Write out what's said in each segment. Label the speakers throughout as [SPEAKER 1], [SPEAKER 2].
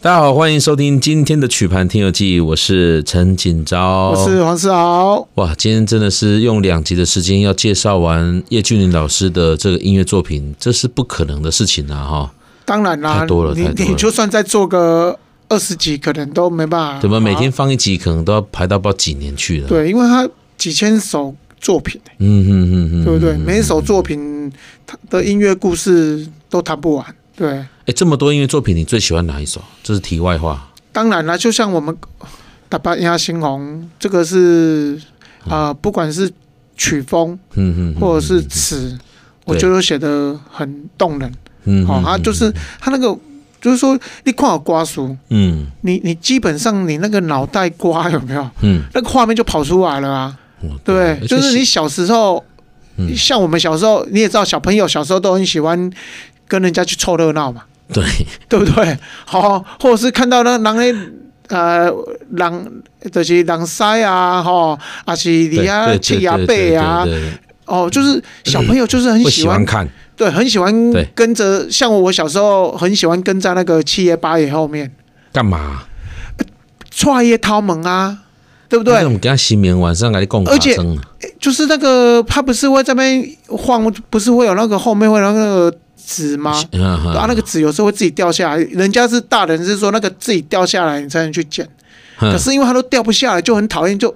[SPEAKER 1] 大家好，欢迎收听今天的曲盘听游记，我是陈锦昭，
[SPEAKER 2] 我是黄世豪。
[SPEAKER 1] 哇，今天真的是用两集的时间要介绍完叶俊麟老师的这个音乐作品，这是不可能的事情啊！哈，
[SPEAKER 2] 当然啦，
[SPEAKER 1] 太多了
[SPEAKER 2] 你
[SPEAKER 1] 太多了
[SPEAKER 2] 你就算再做个二十集，可能都没办法。
[SPEAKER 1] 怎么每天？放一集，可能都要排到不知道几年去了。，
[SPEAKER 2] 对，因为他几千首作品，
[SPEAKER 1] 嗯嗯嗯嗯，
[SPEAKER 2] 对不对？
[SPEAKER 1] 嗯
[SPEAKER 2] 每一首作品，他的音乐故事都谈不完。对，
[SPEAKER 1] 哎，这么多音乐作品，你最喜欢哪一首？这是题外话。
[SPEAKER 2] 当然啦，就像我们打败压新红，这个是啊、呃不管是曲风
[SPEAKER 1] 嗯嗯，嗯
[SPEAKER 2] 或者是词，我觉得写的很动人。
[SPEAKER 1] 嗯，
[SPEAKER 2] 好、
[SPEAKER 1] 嗯
[SPEAKER 2] 他就是他那个，就是说你看我瓜熟。
[SPEAKER 1] 嗯
[SPEAKER 2] 你你基本上你那个脑 袋瓜有没有？
[SPEAKER 1] 嗯，
[SPEAKER 2] 那个画面就跑出来了啊，
[SPEAKER 1] 嗯哇
[SPEAKER 2] 对不对？
[SPEAKER 1] 而且
[SPEAKER 2] 就是你小时候，
[SPEAKER 1] 嗯
[SPEAKER 2] 像我们小时候，你也知道，小朋友小时候都很喜欢跟人家去凑热 闹嘛，
[SPEAKER 1] 对，
[SPEAKER 2] 对不对？好、或者是看到那人咧，呃，人就是人塞啊，吼、啊是你啊
[SPEAKER 1] 对对对
[SPEAKER 2] 气牙
[SPEAKER 1] 对
[SPEAKER 2] 背啊
[SPEAKER 1] 对，对对
[SPEAKER 2] 哦，就是小朋友就是 很
[SPEAKER 1] 会
[SPEAKER 2] 喜
[SPEAKER 1] 喜
[SPEAKER 2] 欢
[SPEAKER 1] 欢，看，
[SPEAKER 2] 对，很喜欢
[SPEAKER 1] 对
[SPEAKER 2] 跟着，像我小时候很喜欢跟在那个七爷八爷后面。
[SPEAKER 1] 干嘛？
[SPEAKER 2] 创业掏门啊，对不
[SPEAKER 1] 那哎我
[SPEAKER 2] 对？
[SPEAKER 1] 们跟他新棉晚上来供
[SPEAKER 2] 而且
[SPEAKER 1] 生啊。
[SPEAKER 2] 就是那个他不是会在那边晃，不是会有那个后面会有那个纸吗？
[SPEAKER 1] 嗯哼
[SPEAKER 2] 啊，那个纸有时候会自己掉下来，人家是大人是说那个自己掉下来你才能去捡，
[SPEAKER 1] 哼
[SPEAKER 2] 可是因为他都掉不下来，就很讨厌，就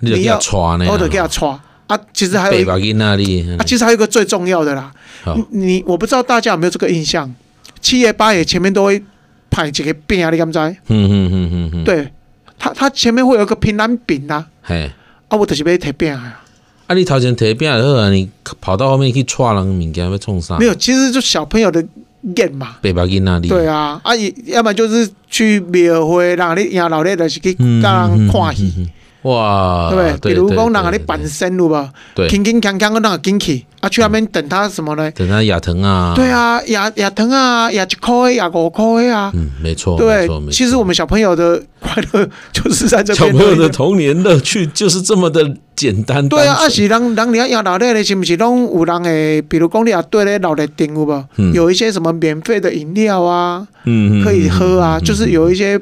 [SPEAKER 1] 你嗯就
[SPEAKER 2] 你
[SPEAKER 1] 给他
[SPEAKER 2] 要哦
[SPEAKER 1] 穿呢，
[SPEAKER 2] 我得给他抓啊。其实还有
[SPEAKER 1] 背
[SPEAKER 2] 一啊，
[SPEAKER 1] 包给那里，
[SPEAKER 2] 其实还有一个最重要的啦，
[SPEAKER 1] 好
[SPEAKER 2] 你你我不知道大家有没有这个印象，七爷八爷前面都会派几个饼啊，你敢不知道？
[SPEAKER 1] 嗯嗯嗯嗯嗯，，
[SPEAKER 2] 对，他他前面会有一个平安饼啊，
[SPEAKER 1] 嘿，
[SPEAKER 2] 啊，我就是要摕饼啊。
[SPEAKER 1] 啊，你头前提饼就好啊，你跑到后面去踹人物件要创啥？
[SPEAKER 2] 没有，其实就小朋友的 g 嘛。
[SPEAKER 1] 背包给那里，
[SPEAKER 2] 对啊，啊也要么就是去庙会，让你养老的就是去跟
[SPEAKER 1] 嗯，嗯
[SPEAKER 2] 人看戏，，
[SPEAKER 1] 嗯嗯嗯哇，
[SPEAKER 2] 对不对？比如讲，让
[SPEAKER 1] 对
[SPEAKER 2] 你办生有吧，
[SPEAKER 1] 对，对
[SPEAKER 2] 轻轻锵锵的让他进去，啊去那边等他什么呢？
[SPEAKER 1] 等他牙疼啊，
[SPEAKER 2] 对，啊，牙牙疼啊，牙一块牙五块啊，
[SPEAKER 1] 嗯，没错，没
[SPEAKER 2] 对
[SPEAKER 1] 错，没，错
[SPEAKER 2] 其实我们小朋友的快乐就是在这
[SPEAKER 1] 小
[SPEAKER 2] 边
[SPEAKER 1] 朋友
[SPEAKER 2] 而
[SPEAKER 1] 的
[SPEAKER 2] 已啊。
[SPEAKER 1] 童年乐趣就是这么的简单，
[SPEAKER 2] 对
[SPEAKER 1] 单
[SPEAKER 2] 啊，啊
[SPEAKER 1] 纯
[SPEAKER 2] 是人人你要养老的嘞，是不是拢有人会，比如讲你也对咧老的店有无？
[SPEAKER 1] 嗯
[SPEAKER 2] 有一些什么免费的饮料啊，
[SPEAKER 1] 嗯嗯
[SPEAKER 2] 可以喝啊，
[SPEAKER 1] 嗯嗯
[SPEAKER 2] 就是有一些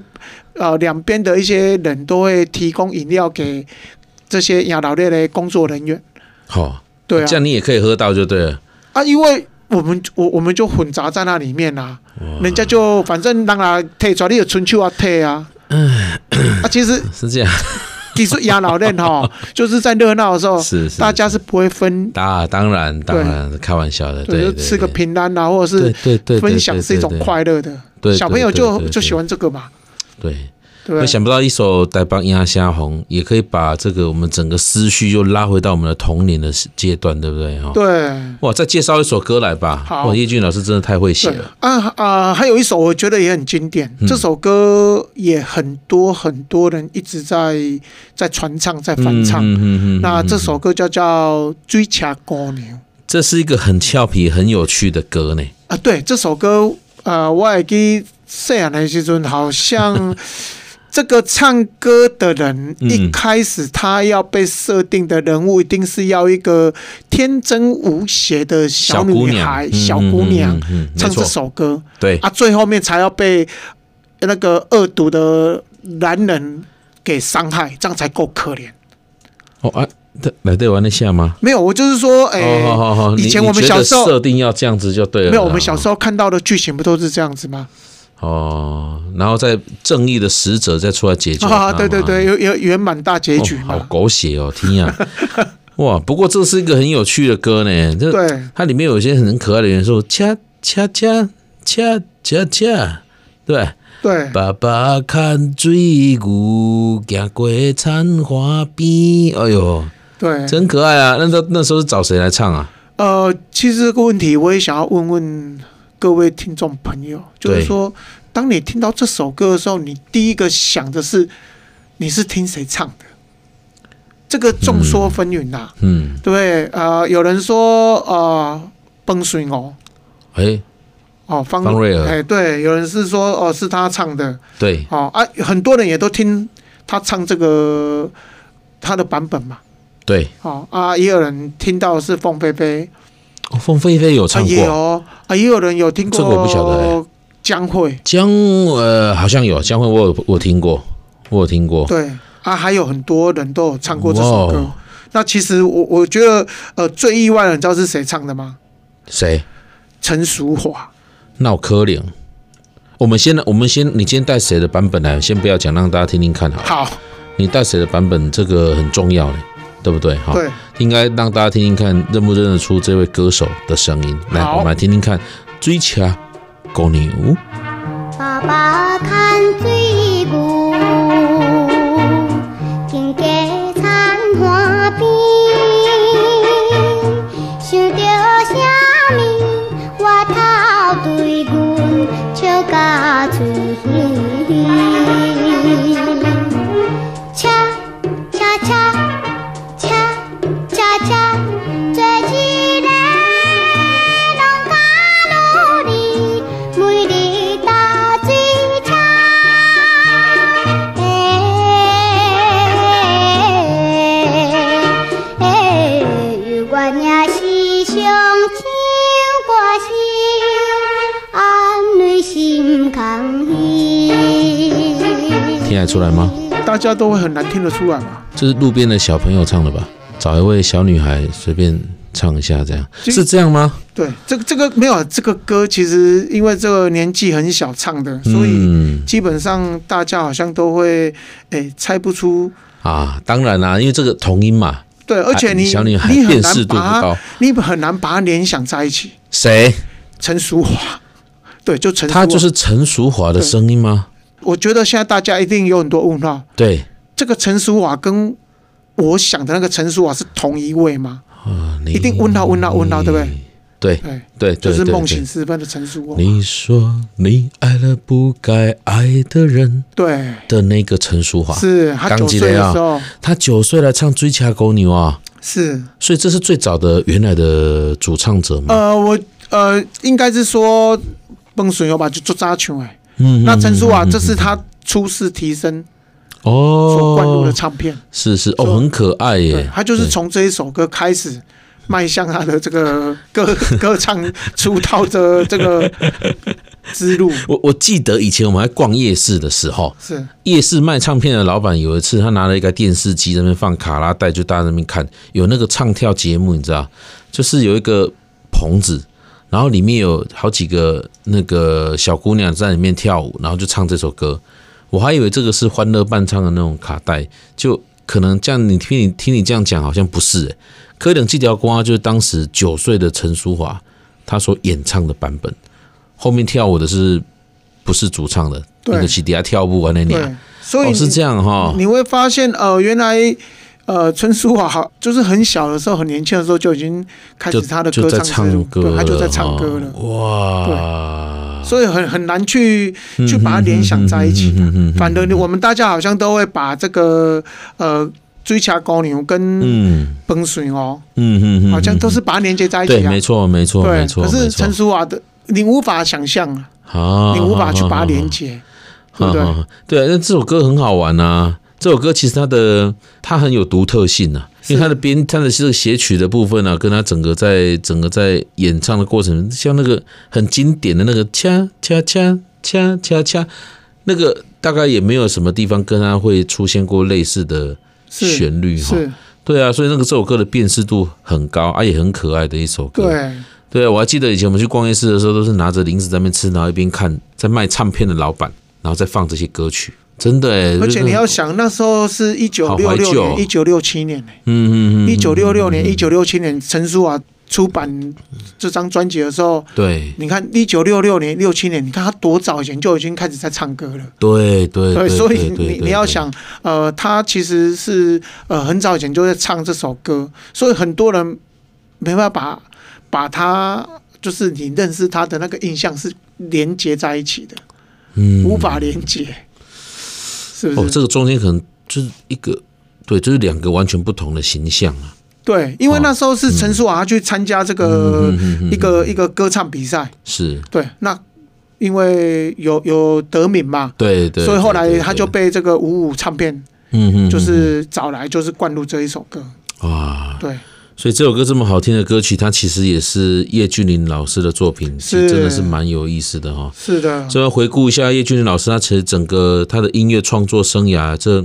[SPEAKER 2] 呃两边的一些人都会提供饮料给这些养老类的工作人员。
[SPEAKER 1] 好，
[SPEAKER 2] 对啊
[SPEAKER 1] 这，样你也可以喝到就对了，
[SPEAKER 2] 啊，因为我们我我们就混杂在那里面啦、
[SPEAKER 1] 哇
[SPEAKER 2] 人家就反正当然退出来，你有春秋啊退啊。啊，其实
[SPEAKER 1] 是这样，
[SPEAKER 2] 其实养老类 哈，就是在热闹的时候，
[SPEAKER 1] 是是，
[SPEAKER 2] 大家是不会分，
[SPEAKER 1] 当当然当然开玩笑的，对，
[SPEAKER 2] 对，就
[SPEAKER 1] 对
[SPEAKER 2] 吃个
[SPEAKER 1] 对
[SPEAKER 2] 平安啊，或者
[SPEAKER 1] 对
[SPEAKER 2] 是
[SPEAKER 1] 对对，
[SPEAKER 2] 分享是一种快乐的。
[SPEAKER 1] 乐
[SPEAKER 2] 小朋友就就喜。欢这个嘛，
[SPEAKER 1] 对，我
[SPEAKER 2] 对不对，
[SPEAKER 1] 想不到一首《呆帮鸭虾红》也可以把这个我们整个思绪又拉回到我们的童年的阶段，对不对？哈，
[SPEAKER 2] 对。
[SPEAKER 1] 哇，再介绍一首歌来吧。
[SPEAKER 2] 好
[SPEAKER 1] 哇，叶俊老师真的太会写
[SPEAKER 2] 对
[SPEAKER 1] 了。
[SPEAKER 2] 啊啊、还有一首我觉得也很经典，
[SPEAKER 1] 嗯
[SPEAKER 2] 这首歌也很多很多人一直在在传唱、在翻唱。
[SPEAKER 1] 嗯嗯嗯嗯
[SPEAKER 2] 那
[SPEAKER 1] 嗯
[SPEAKER 2] 这首歌叫叫《追恰姑娘》
[SPEAKER 1] 这是一个很俏皮、很有趣的歌呢。
[SPEAKER 2] 啊，对，这首歌呃，我也记细汉的时阵，好像这个唱歌的人、
[SPEAKER 1] 嗯
[SPEAKER 2] 一开始他要被设定的人物，一定是要一个天真无邪的小
[SPEAKER 1] 姑
[SPEAKER 2] 女
[SPEAKER 1] 娘
[SPEAKER 2] 孩、，小姑
[SPEAKER 1] 嗯，
[SPEAKER 2] 娘
[SPEAKER 1] 嗯嗯嗯
[SPEAKER 2] 唱这
[SPEAKER 1] 没错，
[SPEAKER 2] 首歌。
[SPEAKER 1] 对，
[SPEAKER 2] 啊，最后面才要被那个恶毒的男人给伤害，这样才够可怜。
[SPEAKER 1] 哦啊，这来对玩得下吗？
[SPEAKER 2] 没有，我就是说，哎、
[SPEAKER 1] 哦，好好好，
[SPEAKER 2] 以
[SPEAKER 1] 你
[SPEAKER 2] 前
[SPEAKER 1] 你
[SPEAKER 2] 我们
[SPEAKER 1] 觉得啊
[SPEAKER 2] 小时候
[SPEAKER 1] 设定要这样子就对了啦。
[SPEAKER 2] 没有，我们小时候看到的剧情不都是这样子吗？
[SPEAKER 1] 哦，然后再正义的使者再出来解决他 嘛。
[SPEAKER 2] 啊，对对对，有有圆满大结局
[SPEAKER 1] 哦、好
[SPEAKER 2] 嘛。
[SPEAKER 1] 狗血哦，天 呀、哇，不过这是一个很有趣的歌呢，这
[SPEAKER 2] 对，
[SPEAKER 1] 它里面有一些很可爱的元素，恰恰恰恰恰恰，对，
[SPEAKER 2] 对，
[SPEAKER 1] 爸爸看水牛行过餐花边，哎呦，
[SPEAKER 2] 对，
[SPEAKER 1] 真可爱啊！那那那时候是找谁来唱啊？
[SPEAKER 2] 呃，其实这个问题我也想要问问各位听众朋友，就是
[SPEAKER 1] 对
[SPEAKER 2] 说，当你听到这首歌的时候，你第一个想的是你是听谁唱的？这个众说纷纭啊呐、
[SPEAKER 1] 嗯，
[SPEAKER 2] 对，呃，有人说呃，崩水哦，
[SPEAKER 1] 哎，
[SPEAKER 2] 哦，方
[SPEAKER 1] 方瑞尔
[SPEAKER 2] 哎，对，有人是说哦、是他唱的，
[SPEAKER 1] 对，
[SPEAKER 2] 哦啊，很多人也都听他唱这个他的版本嘛，
[SPEAKER 1] 对，
[SPEAKER 2] 哦啊，也有人听到是凤飞飞，
[SPEAKER 1] 哦凤飞飞有
[SPEAKER 2] 啊
[SPEAKER 1] 唱
[SPEAKER 2] 也
[SPEAKER 1] 过，
[SPEAKER 2] 有啊，也有人有听过
[SPEAKER 1] 这个我不晓得哎
[SPEAKER 2] 江蕙，
[SPEAKER 1] 江呃好像有江蕙，我有我有听过，我有听过。
[SPEAKER 2] 对啊，还有很多人都有唱过这首
[SPEAKER 1] 哇
[SPEAKER 2] 歌
[SPEAKER 1] 哦。
[SPEAKER 2] 那其实我我觉得，呃，最意外的，你知道是谁唱的吗？
[SPEAKER 1] 谁？
[SPEAKER 2] 陈淑桦。
[SPEAKER 1] 闹柯林。我们先，我们先，你今天带谁的版本来？先不要讲，让大家听听看好了。
[SPEAKER 2] 好，
[SPEAKER 1] 你带谁的版本，这个很重要嘞，对不对？好，
[SPEAKER 2] 对，
[SPEAKER 1] 应该让大家听听看，认不认得出这位歌手的声音。来，
[SPEAKER 2] 好
[SPEAKER 1] 我们来听听看《追啊卡公牛》。
[SPEAKER 3] 爸爸牵水牛，经过田岸边，想着啥物，我头对阮笑甲出戏。恰恰恰恰恰恰，做一个农家女儿，每日打水车。犹原也是上唱歌声，安慰心空虚。
[SPEAKER 1] 听得出来吗？
[SPEAKER 2] 大家都会很难听得出来嘛。
[SPEAKER 1] 这是路边的小朋友唱的吧？找一位小女孩随便唱一下，这样
[SPEAKER 2] 其实
[SPEAKER 1] 是这样吗？
[SPEAKER 2] 对，这个这个没有这个歌，其实因为这个年纪很小唱的，所以
[SPEAKER 1] 嗯
[SPEAKER 2] 基本上大家好像都会诶、猜不出。
[SPEAKER 1] 啊，当然啦、因为这个同音嘛。
[SPEAKER 2] 对，而且你、
[SPEAKER 1] 啊小女孩
[SPEAKER 2] 你很
[SPEAKER 1] 辨识
[SPEAKER 2] 难
[SPEAKER 1] 度不
[SPEAKER 2] 把它
[SPEAKER 1] 高，
[SPEAKER 2] 你很难把它联想在一起。
[SPEAKER 1] 谁？
[SPEAKER 2] 陈淑桦，对，就陈淑桦，
[SPEAKER 1] 她就是陈淑华的声音吗？
[SPEAKER 2] 我觉得现在大家一定有很多问号，
[SPEAKER 1] 对，
[SPEAKER 2] 这个陈淑桦跟我想的那个陈淑桦是同一位吗？
[SPEAKER 1] 啊，你
[SPEAKER 2] 一定问到问到问到，对不对？
[SPEAKER 1] 对
[SPEAKER 2] 对，
[SPEAKER 1] 对对，
[SPEAKER 2] 就是
[SPEAKER 1] 对
[SPEAKER 2] 梦
[SPEAKER 1] 对
[SPEAKER 2] 醒时分的陈淑桦。
[SPEAKER 1] 你说你爱了不该爱的人
[SPEAKER 2] 对，
[SPEAKER 1] 的那个陈淑华，
[SPEAKER 2] 是他
[SPEAKER 1] 刚
[SPEAKER 2] 九
[SPEAKER 1] 进
[SPEAKER 2] 岁
[SPEAKER 1] 来
[SPEAKER 2] 的
[SPEAKER 1] 啊
[SPEAKER 2] 时候，
[SPEAKER 1] 她九岁来唱《追掐狗牛》啊，
[SPEAKER 2] 是
[SPEAKER 1] 所以这是最早的原来的主唱者嘛。
[SPEAKER 2] 呃，我呃，应该是说蹦水有吧，就做扎球哎。
[SPEAKER 1] 嗯
[SPEAKER 2] 那陈淑桦
[SPEAKER 1] 嗯嗯
[SPEAKER 2] 这是他初试提升呃所灌入的
[SPEAKER 1] 哦，
[SPEAKER 2] 唱片，
[SPEAKER 1] 是是
[SPEAKER 2] 说
[SPEAKER 1] 哦，很可爱
[SPEAKER 2] 对
[SPEAKER 1] 耶，
[SPEAKER 2] 他就是从这一首歌开始。迈向他的这个 歌歌唱出道的这个 之路，
[SPEAKER 1] 我我记得以前我们还逛夜市的时候，
[SPEAKER 2] 是
[SPEAKER 1] 夜市卖唱片的老板有一次，他拿了一个电视机在那边放卡拉带，就大家在那边看，有那个唱跳节目，你知道，就是有一个棚子，然后里面有好几个那个小姑娘在里面跳舞，然后就唱这首歌。我还以为这个是欢乐伴唱的那种卡带，就可能这样你听你听你这样讲，好像不是、欸。柯冷这条瓜就是当时九岁的陈淑桦她所演唱的版本，后面跳舞的是不是主唱的？
[SPEAKER 2] 对
[SPEAKER 1] 那个起底下跳啊不完的你、
[SPEAKER 2] 对，所
[SPEAKER 1] 哦，
[SPEAKER 2] 以你
[SPEAKER 1] 是这样哈、
[SPEAKER 2] 你会发现，呃，原来呃，陈淑桦好，就是很小的时候，很年轻的时候就已经开
[SPEAKER 1] 就
[SPEAKER 2] 始她的
[SPEAKER 1] 就
[SPEAKER 2] 歌
[SPEAKER 1] 在
[SPEAKER 2] 唱之
[SPEAKER 1] 唱
[SPEAKER 2] 路，
[SPEAKER 1] 歌
[SPEAKER 2] 对，
[SPEAKER 1] 了，
[SPEAKER 2] 她就在唱歌了，
[SPEAKER 1] 哇！
[SPEAKER 2] 所以很很难去去把它联想在一
[SPEAKER 1] 嗯哼
[SPEAKER 2] 起
[SPEAKER 1] 嗯哼嗯哼嗯
[SPEAKER 2] 的。
[SPEAKER 1] 哼
[SPEAKER 2] 反正我们大家好像都会把这个呃追查高牛跟
[SPEAKER 1] 嗯
[SPEAKER 2] 崩水哦，
[SPEAKER 1] 嗯嗯嗯，
[SPEAKER 2] 好像都是把它连接在一
[SPEAKER 1] 对，
[SPEAKER 2] 起啊
[SPEAKER 1] 没。错没错
[SPEAKER 2] 对
[SPEAKER 1] 没，错，
[SPEAKER 2] 可
[SPEAKER 1] 没错
[SPEAKER 2] 是陈淑桦的，你无法想象啊，
[SPEAKER 1] 啊，
[SPEAKER 2] 你无法去把它
[SPEAKER 1] 连
[SPEAKER 2] 连接，对不对？
[SPEAKER 1] 啊对啊，那这首歌很好玩啊。这首歌其实它的它很有独特性啊，因为它的编它的这个写曲的部分啊，跟它整个在整个在演唱的过程，像那个很经典的那个恰恰恰恰恰恰，那个大概也没有什么地方跟它会出现过类似的
[SPEAKER 2] 是
[SPEAKER 1] 旋律哈。
[SPEAKER 2] 是，
[SPEAKER 1] 对啊，所以那个这首歌的辨识度很高啊，也很可爱的一首歌。
[SPEAKER 2] 对。
[SPEAKER 1] 对啊，我还记得以前我们去逛夜市的时候，都是拿着零食在那边吃，然后一边看在卖唱片的老板，然后再放这些歌曲，真的哎。
[SPEAKER 2] 而且你要
[SPEAKER 1] 就是
[SPEAKER 2] 想，那时候是一九
[SPEAKER 1] 好
[SPEAKER 2] 六
[SPEAKER 1] 怀
[SPEAKER 2] 六
[SPEAKER 1] 旧
[SPEAKER 2] 年、一九六七年、欸，
[SPEAKER 1] 嗯嗯嗯，
[SPEAKER 2] 一九六六年、一九六七年，陈淑桦出版这张专辑的时候，
[SPEAKER 1] 对
[SPEAKER 2] 你看一九六六年、六七年，你看他多早以前就已经开始在唱歌了。
[SPEAKER 1] 对对对，
[SPEAKER 2] 所
[SPEAKER 1] 对对
[SPEAKER 2] 以你
[SPEAKER 1] 对
[SPEAKER 2] 你要
[SPEAKER 1] 对
[SPEAKER 2] 想，呃，他其实是呃很早以前就在唱这首歌，所以很多人没办法把把他就是你认识他的那个印象是连接在一起的，
[SPEAKER 1] 嗯
[SPEAKER 2] 无法连接，是不
[SPEAKER 1] 哦，
[SPEAKER 2] 是？
[SPEAKER 1] 这个中间可能就是一个对，就是两个完全不同的形象啊。
[SPEAKER 2] 对，因为
[SPEAKER 1] 哦
[SPEAKER 2] 那时候是陈淑桦她去参加这个
[SPEAKER 1] 嗯嗯嗯嗯嗯
[SPEAKER 2] 一个一个歌唱比赛，
[SPEAKER 1] 是，
[SPEAKER 2] 对，那因为有有得名嘛，
[SPEAKER 1] 对对。
[SPEAKER 2] 所以后
[SPEAKER 1] 对
[SPEAKER 2] 来
[SPEAKER 1] 对
[SPEAKER 2] 他就
[SPEAKER 1] 对
[SPEAKER 2] 被这个五五唱片
[SPEAKER 1] 嗯嗯，
[SPEAKER 2] 就
[SPEAKER 1] 嗯
[SPEAKER 2] 是找来就是灌录这一首歌，
[SPEAKER 1] 哇，
[SPEAKER 2] 对，
[SPEAKER 1] 所以这首歌这么好听的歌曲，它其实也是叶俊麟老师的作品，其实
[SPEAKER 2] 是
[SPEAKER 1] 真的是蛮有意思的哈、哦。
[SPEAKER 2] 是的，
[SPEAKER 1] 这要回顾一下叶俊麟老师，他其实整个他的音乐创作生涯，这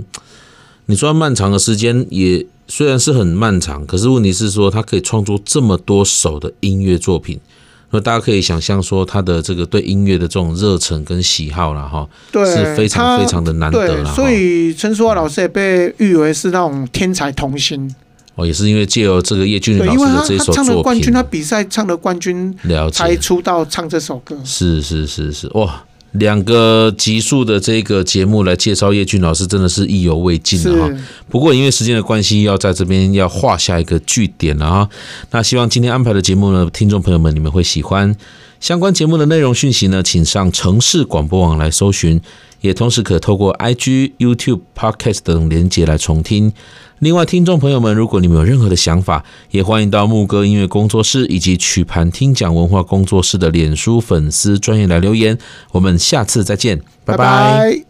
[SPEAKER 1] 你说漫长的时间也虽然是很漫长，可是问题是说他可以创作这么多首的音乐作品，那大家可以想象说他的这个对音乐的这种热忱跟喜好啦，哈，
[SPEAKER 2] 对，
[SPEAKER 1] 是非常
[SPEAKER 2] 他
[SPEAKER 1] 非常的难得
[SPEAKER 2] 对，
[SPEAKER 1] 啦。
[SPEAKER 2] 所
[SPEAKER 1] 哈
[SPEAKER 2] 以陈淑桦老师也被誉为是那种天才童星，
[SPEAKER 1] 哦，也是因为借由这个叶俊麟
[SPEAKER 2] 对，
[SPEAKER 1] 老
[SPEAKER 2] 因
[SPEAKER 1] 师
[SPEAKER 2] 为
[SPEAKER 1] 的
[SPEAKER 2] 他
[SPEAKER 1] 这一首
[SPEAKER 2] 他唱的
[SPEAKER 1] 作
[SPEAKER 2] 冠军，
[SPEAKER 1] 品，
[SPEAKER 2] 他比赛唱的冠军
[SPEAKER 1] 了
[SPEAKER 2] 才
[SPEAKER 1] 解，
[SPEAKER 2] 出道唱这首歌，
[SPEAKER 1] 是是是是，哇。两个集数的这个节目来介绍叶俊老师，真的是意犹未尽
[SPEAKER 2] 是
[SPEAKER 1] 了哈。嗯不过因为时间的关系，要在这边要画下一个句点了啊。那希望今天安排的节目呢，听众朋友们你们会喜欢。相关节目的内容讯息呢，请上城市广播网来搜寻，也同时可透过 IG、YouTube、Podcast 等连接来重听。另外，听众朋友们，如果你们有任何的想法，也欢迎到木哥音乐工作室以及曲盘听讲文化工作室的脸书粉丝专业来留言。我们下次再见，拜拜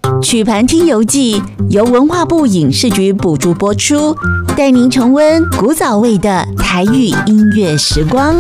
[SPEAKER 2] 拜
[SPEAKER 4] 曲盘听游记由文化部影视局补助播出，带您重温古早味的台语音乐时光。